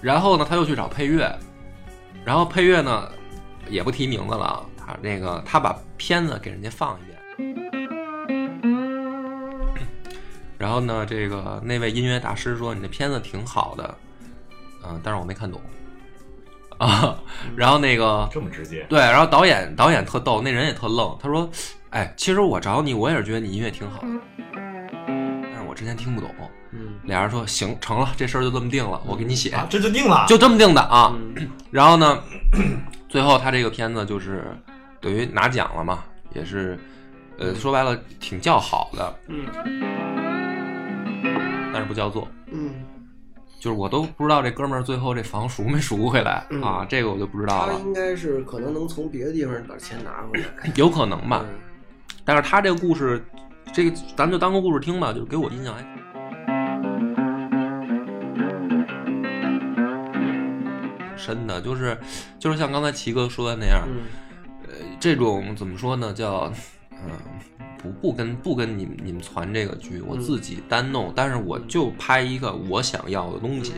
然后呢，他又去找配乐，然后配乐呢也不提名字了啊，他那个他把片子给人家放一遍， 然后呢，这个那位音乐大师说你的片子挺好的，嗯、但是我没看懂 啊，然后那个这么直接，对，然后导演导演特逗，那人也特愣，他说：“哎，其实我找你，我也是觉得你音乐挺好的，但是我之前听不懂。”嗯俩人说：“行，成了，这事儿就这么定了，我给你写，啊，这就定了，就这么定的啊。嗯然后呢， 最后他这个片子就是等于拿奖了嘛，也是，呃，说白了挺叫好的，嗯但是不叫座。嗯，就是我都不知道这哥们儿最后这房赎没赎回来嗯啊，这个我就不知道他了，应该是可能能从别的地方把钱拿回来。 有可能吧。嗯但是他这个故事，这个咱们就当个故事听吧，就是给我印象还。深的，就是，就是像刚才齐哥说的那样，嗯呃，这种怎么说呢，叫，嗯、不不跟不跟你们你们传这个剧，我嗯自己单弄，但是我就拍一个我想要的东西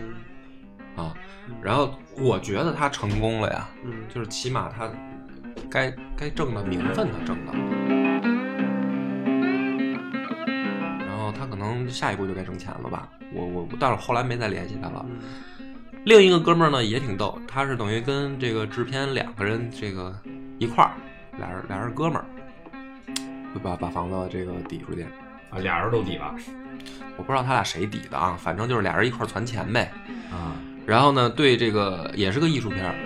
嗯啊，嗯然后我觉得他成功了呀，嗯就是起码他该该挣的名分他挣到了，然后他可能下一步就该挣钱了吧。我我，但是后来没再联系他了。嗯另一个哥们儿呢也挺逗，他是等于跟这个制片两个人这个一块儿，俩人俩人哥们儿，就把把房子这个抵出去。啊，俩人都抵了我不知道他俩谁抵的啊，反正就是俩人一块儿攒钱呗。啊，然后呢，对这个也是个艺术片儿，